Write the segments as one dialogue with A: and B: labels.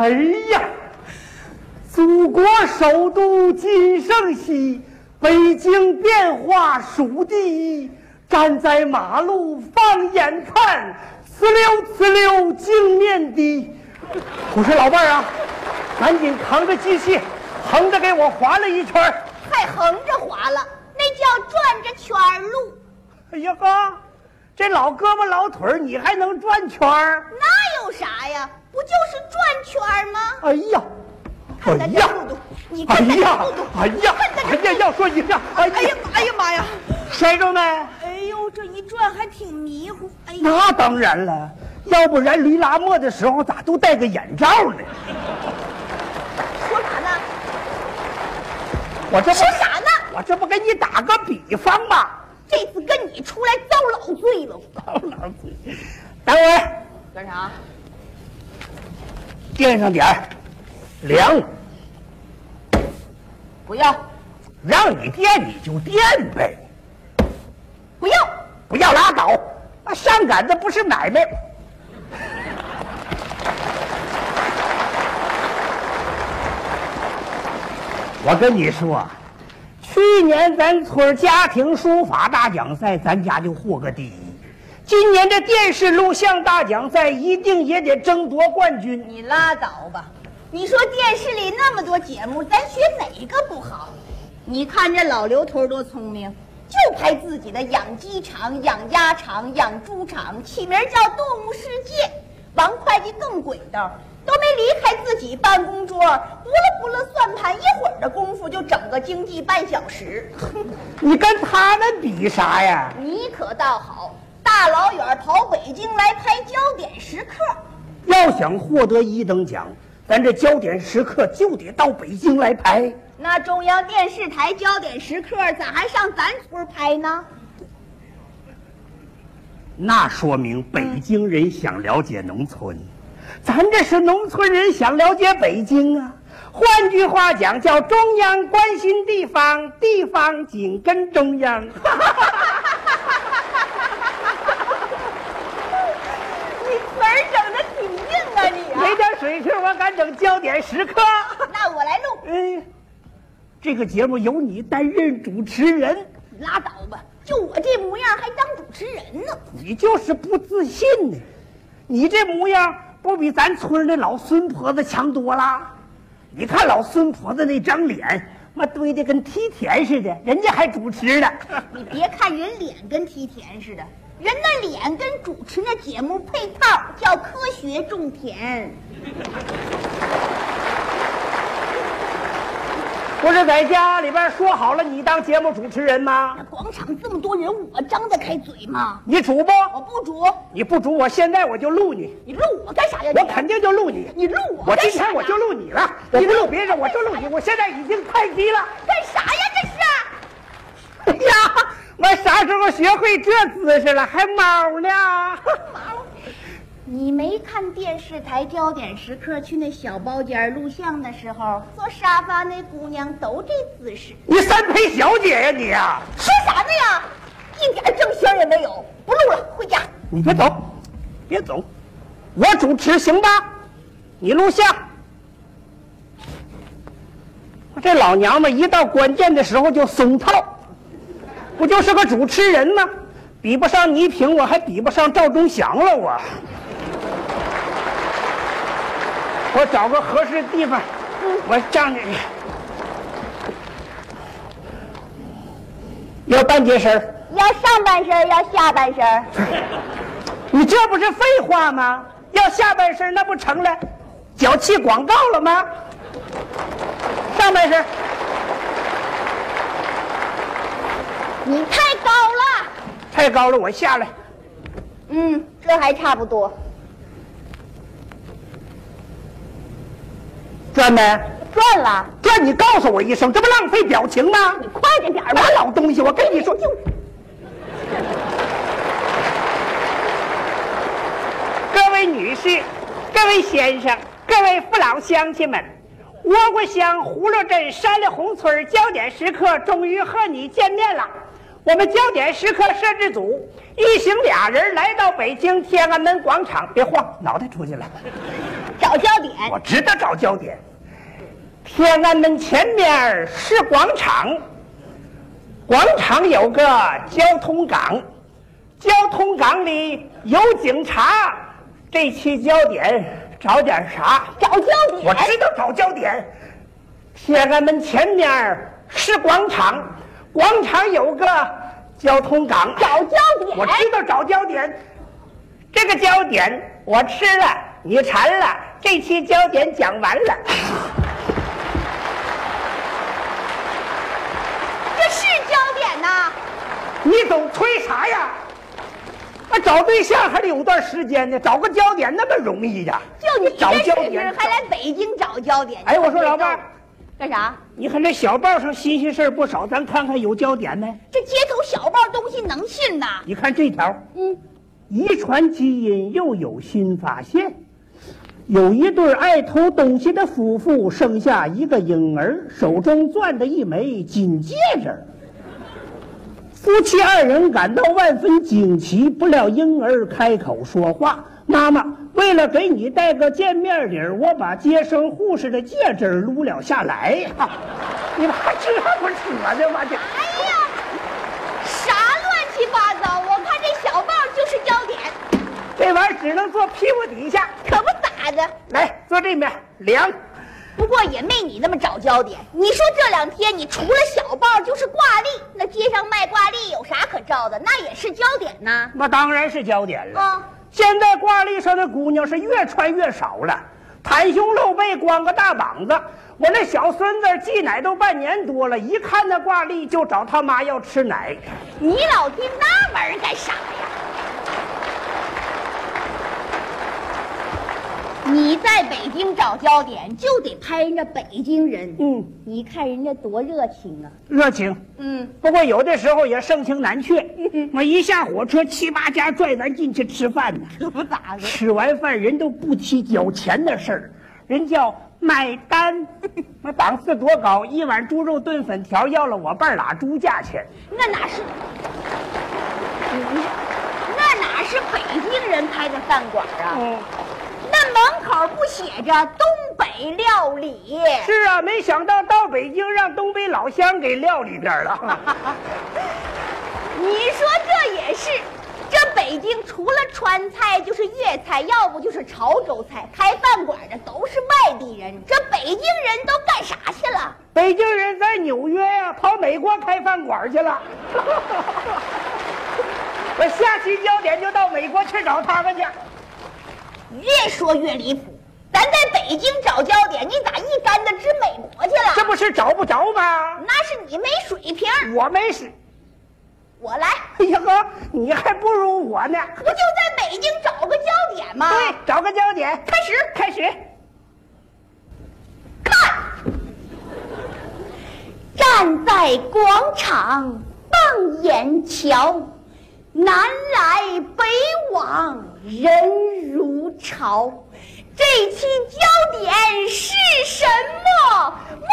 A: 哎呀，祖国首都今盛西，北京变化数第一。站在马路放眼看，呲溜呲溜镜面低。我说老伴儿啊，赶紧扛着机器，横着给我划了一圈儿。
B: 还横着划了，那叫转着圈儿路，
A: 哎呀呵，这老胳膊老腿儿你还能转圈儿？
B: 那有啥呀？不就是转圈儿吗？
A: 哎呀，哎
B: 看咱这
A: 呀
B: 速度，你，
A: 哎
B: 看咱这
A: 呀
B: 速度，，
A: 哎呀，哎呀，要说一下，
B: 哎
A: 哎呀
B: 呀，哎呀妈呀！
A: 摔着没？
B: 哎呦，这一转还挺迷糊，哎呀，
A: 那当然了，要不然驴拉磨的时候咋都戴个眼罩呢？
B: 说啥呢？
A: 我这不
B: 说啥呢？
A: 我这不跟你打个比方吗？
B: 这次跟你出来遭老罪了，
A: 老老嘴，等会儿
B: 干啥？
A: 垫上点儿，凉，
B: 不要，
A: 让你垫你就垫呗，
B: 不要！
A: 不要拉倒。啊上赶子不是买卖，我跟你说，去年咱村儿家庭书法大奖赛，咱家就获个第一。今年这电视录像大奖赛一定也得争夺冠军。
B: 你拉倒吧！你说电视里那么多节目，咱学哪一个不好？你看这老刘头多聪明，就拍自己的养鸡场、养鸭场、养猪场，起名叫《动物世界》。王会计更鬼道，都没离开自己办公桌，拨了拨了算盘，一会儿的功夫就整个经济半小时。
A: 你跟他们比啥呀？
B: 你可倒好，大老远跑北京来拍焦点时刻。
A: 要想获得一等奖，咱这焦点时刻就得到北京来拍。
B: 那中央电视台焦点时刻咋还上咱村拍呢？
A: 那说明北京人想了解农村，咱这是农村人想了解北京啊。换句话讲，叫中央关心地方，地方紧跟中央。
B: 你词儿整的挺硬啊你
A: 没！点水平，我敢整焦点时刻。
B: 那我来录，
A: 嗯，这个节目由你担任主持人，
B: 拉倒吧！就我这模样还当主持人呢？
A: 你就是不自信呢。你这模样不比咱村儿那老孙婆子强多啦？你看老孙婆子那张脸，妈堆的跟梯田似的，人家还主持呢。
B: 你别看人脸跟梯田似的，人那脸跟主持那节目配套，叫科学种田。
A: 不是在家里边说好了你当节目主持人吗？
B: 广场这么多人，我张得开嘴吗？
A: 你主不？
B: 我不主，
A: 你不主，我现在我就录你，
B: 你录我干啥呀？
A: 我肯定就录你。
B: 你录我
A: 我
B: 干
A: 今
B: 啥呀？
A: 天我就录你了，我不录别人，我就录你。我现在已经快急了。
B: 干啥呀？这是。
A: 哎呀，我啥时候学会这姿势了？还猫呢？
B: 你没看电视台焦点时刻去那小包间录像的时候，坐沙发那姑娘都这姿势，
A: 你三陪小姐呀、你啊！
B: 说啥呢呀？一点正形也没有，不录了，回家。
A: 你别走，别走，我主持行吧？你录像。我这老娘们一到关键的时候就松套，不就是个主持人吗？比不上倪萍，我还比不上赵忠祥了我。我找个合适地方，我站着。要半截身儿
B: 要上半身，要下半身，
A: 你这不是废话吗？要下半身那不成了脚气广告了吗？上半身，
B: 你太高了。
A: 太高了，我下来。
B: 嗯，这还差不多，
A: 转呗，
B: 赚了。
A: 转你告诉我一声，这不浪费表情吗？
B: 你快着点儿吧
A: 哪，老东西，我跟你说，就各位女士、各位先生、各位父老乡亲们，窝瓜乡葫芦镇山里红村焦点时刻终于和你见面了。我们焦点时刻摄制组一行俩人来到北京天安门广场，别晃，脑袋出去了。
B: 找找焦点。
A: 我知道找焦点。天安门前面是广场，广场有个交通岗，交通岗里有警察。这期焦点找点啥？
B: 找焦点。
A: 我知道找焦点。天安门前面是广场，广场有个交通岗。
B: 找焦点。
A: 我知道找焦点。这个焦点我吃了，你馋了。这期焦点讲完 了。
B: 这是焦点呐！
A: 你总催啥呀？那找对象还得有段时间呢，找个焦点那么容易呀？
B: 就你
A: 找焦
B: 这
A: 点
B: 是还来北京找焦点？
A: 哎，我说老伴儿，
B: 干啥？
A: 你看这小报上新鲜事儿不少，咱看看有焦点没？
B: 这街头小报东西能信呐？
A: 你看这条，
B: 嗯，
A: 遗传基因又有新发现，有一对爱偷东西的夫妇生下一个婴儿，手中攥着一枚金戒指儿。夫妻二人感到万分惊奇，不料婴儿开口说话：“妈妈，为了给你带个见面礼儿，我把接生护士的戒指儿撸了下来。 你们还这不扯呢吗？这
B: 哎呀，啥乱七八糟！我看这小报就是焦点，
A: 这玩意儿只能坐屁股底下。
B: 可不咋的。
A: 来，坐这面凉。”
B: 不过也没你那么找焦点。你说这两天你除了小报就是挂历，那街上卖挂历有啥可照的？那也是焦点呐。
A: 那当然是焦点了。
B: 啊
A: 现在挂历上的姑娘是越穿越少了，袒胸露背，光个大膀子。我那小孙子忌奶都半年多了，一看那挂历就找他妈要吃奶。
B: 你老盯那玩意儿干啥呀？你在北京找焦点，就得拍人家北京人。
A: 嗯，
B: 你看人家多热情啊。
A: 热情。
B: 嗯，
A: 不过有的时候也盛情难却。我一下火车，七八家拽咱进去吃饭呢。
B: 可不咋的。
A: 吃完饭人都不提交钱的事儿，人叫买单。那档次多高，一碗猪肉炖粉条要了我半拉猪价钱。
B: 那哪是？你那哪是北京人开的饭馆啊？
A: 嗯。
B: 那门口不写着东北料理？
A: 是啊，没想到到北京让东北老乡给撂里 边了。
B: 你说这也是？这北京除了川菜就是粤菜，要不就是潮州菜。开饭馆的都是外地人，这北京人都干啥去了？
A: 北京人在纽约呀、跑美国开饭馆去了。 我下期焦点就到美国去找他们去。
B: 越说越离谱。咱在北京找焦点，你咋一竿子指美国去
A: 这
B: 了？
A: 不是找不着吗？
B: 那是你没水平。
A: 我没事。
B: 我来。
A: 哎呀呵，你还不如我呢。
B: 不就在北京找个焦点吗？
A: 对，，找个焦点，
B: 开始
A: 开始。
B: 看，站在广场望眼瞧，南来北往人如潮。这期焦点是什么？目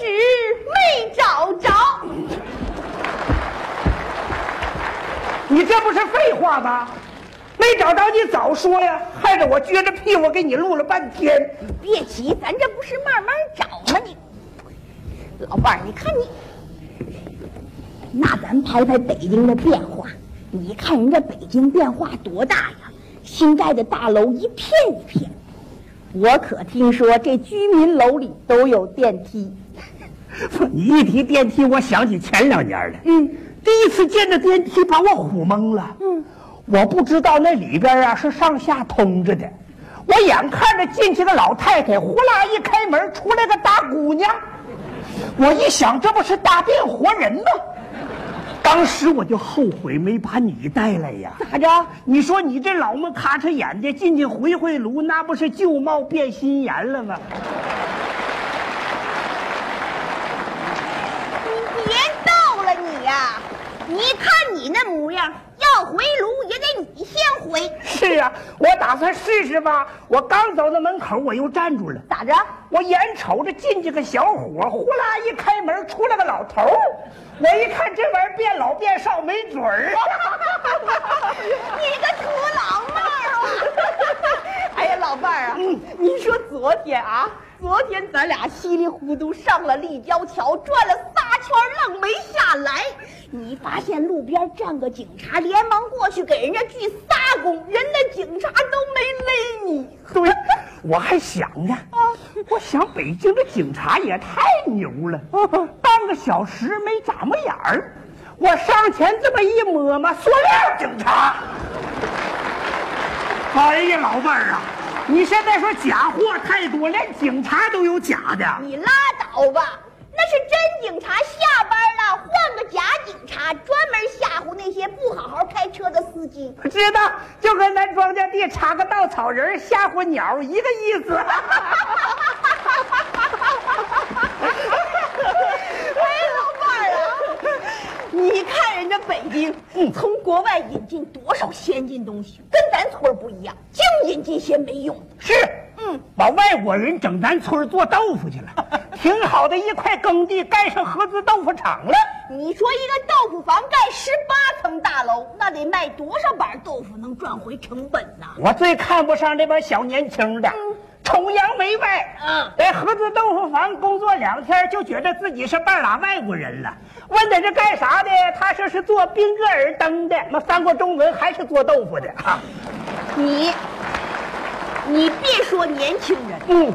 B: 前为止没找着。
A: 你这不是废话吗？没找着你早说呀，害得我撅着屁股给你录了半天。
B: 别急，咱这不是慢慢找吗？你，老伴儿，你看你，那咱拍拍北京的变化。你看人家北京变化多大呀！新盖的大楼一片一片，我可听说这居民楼里都有电梯。
A: 你一提电梯，我想起前两年了。
B: 嗯，
A: 第一次见着电梯，把我唬懵了。嗯，我不知道那里边啊是上下通着的。我眼看着进去个老太太，呼啦一开门，出来个大姑娘。我一想，这不是搭电活人吗？当时我就后悔没把你带来呀。
B: 咋着？
A: 你说你这老么咔哧眼的进去回回炉，那不是旧貌变新颜了吗？
B: 你别逗了你呀、你看你那模样，要回炉也得你先回。
A: 是啊，我打算试试吧。我刚走到门口，我又站住了。
B: 咋着？
A: 我眼瞅着进去个小伙，呼啦一开门，出来个老头儿。我一看这玩意儿变老变少没准儿。
B: 你个土老帽啊！哎呀，老 老伴儿啊，你说昨天啊，昨天咱俩稀里糊涂上了立交桥，转了仨圈儿，愣没下来。你发现路边站个警察，连忙过去给人家去仨躬，人家警察都没勒你。
A: 对， 我还想呢，我想北京的警察也太牛了，半个小时没眨巴眼儿，我上前这么一摸嘛，塑料警察。哎呀，老妹儿啊，你现在说假货太多，连警察都有假的。
B: 你拉倒吧，那是真警察下班了，换个假警察，专门吓唬那些不好好开车的司机。
A: 我知道，就跟咱庄稼地插个稻草人儿吓唬鸟一个意思。
B: 哎，老伴儿啊，你看人家北京，从国外引进多少先进东西，跟咱村儿不一样，净引进些没用的。
A: 是，
B: 嗯，
A: 把外国人整咱村儿做豆腐去了，挺好的一块耕地盖上合资豆腐厂了。
B: 你说一个豆腐房盖十八层大楼，那得卖多少板豆腐能赚回成本呐？
A: 我最看不上这帮小年轻的，崇洋媚外。
B: 嗯
A: 在合资豆腐房工作两天，就觉得自己是半拉外国人了。问他是干啥的，他说是做宾格尔登的，那翻过中文还是做豆腐的啊。
B: 你，你别说年轻人，
A: 嗯，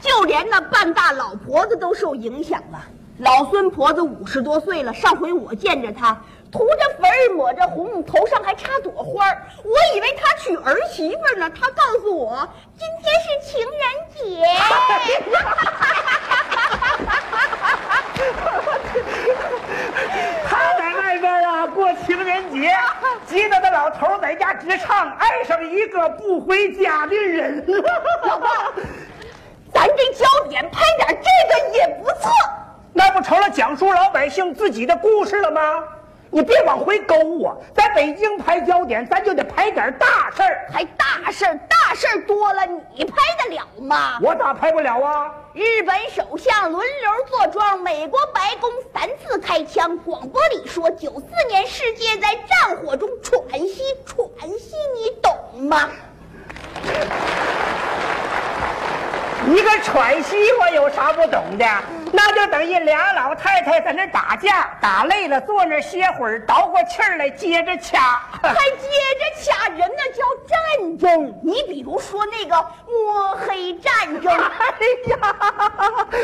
B: 就连那半大老婆子都受影响了。老孙婆子五十多岁了，上回我见着她，涂着粉儿，抹着红，头上还插朵花儿我以为她娶儿媳妇儿呢。她告诉我，今天是情人节。
A: 他在外边啊过情人节， 急得那老头儿在家直唱，爱上一个不回家的人。
B: 老伴儿，咱这焦点拍点这个也不错。
A: 那不成了讲述老百姓自己的故事了吗？你别往回勾我，在北京拍焦点，咱就得拍点大事儿。
B: 还大事儿，大事儿多了，你拍得了吗？
A: 我咋拍不了啊？
B: 日本首相轮流坐庄，美国白宫三次开枪。广播里说，九四年世界在战火中喘息，喘息，你懂吗？
A: 一个喘息，我有啥不懂的？那就等于俩老太太在那打架，打累了坐那儿歇会儿，倒过气儿来接着掐。
B: 还接着掐人，那叫战争。你比如说那个摸黑战争，
A: 哎呀，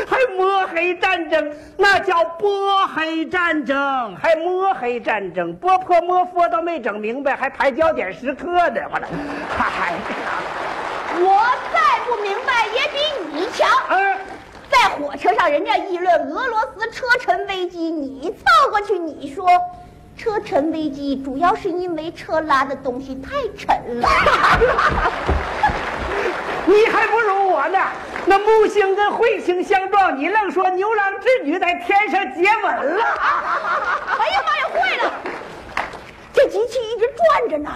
A: 还摸黑战争，那叫波黑战争，还摸黑战争，波破摸佛都没整明白，还排焦点时刻呢，我这，嗨、
B: 我再不明白也比你强。
A: 嗯，
B: 在火车上，人家议论俄罗斯车臣危机，你凑过去，你说车臣危机主要是因为车拉的东西太沉了。
A: 你还不如我呢。那木星跟彗星相撞，你愣说牛郎织女在天上接吻了。
B: 哎呀妈呀，坏了！这机器一直转着呢，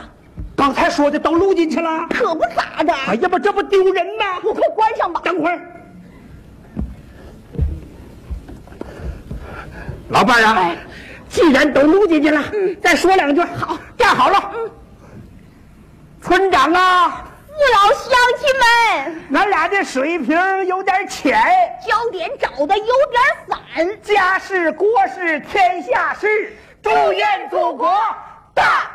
A: 刚才说的都录进去了。
B: 可不咋的。
A: 哎呀妈，这不丢人吗？
B: 你快关上吧。
A: 等会儿，老伴儿啊，既然都录进去了，再说两句。好，站好了。村长啊，
B: 父老乡亲们，
A: 咱俩这水平有点浅，
B: 焦点找的有点散。
A: 家事国事天下事，祝愿祖国大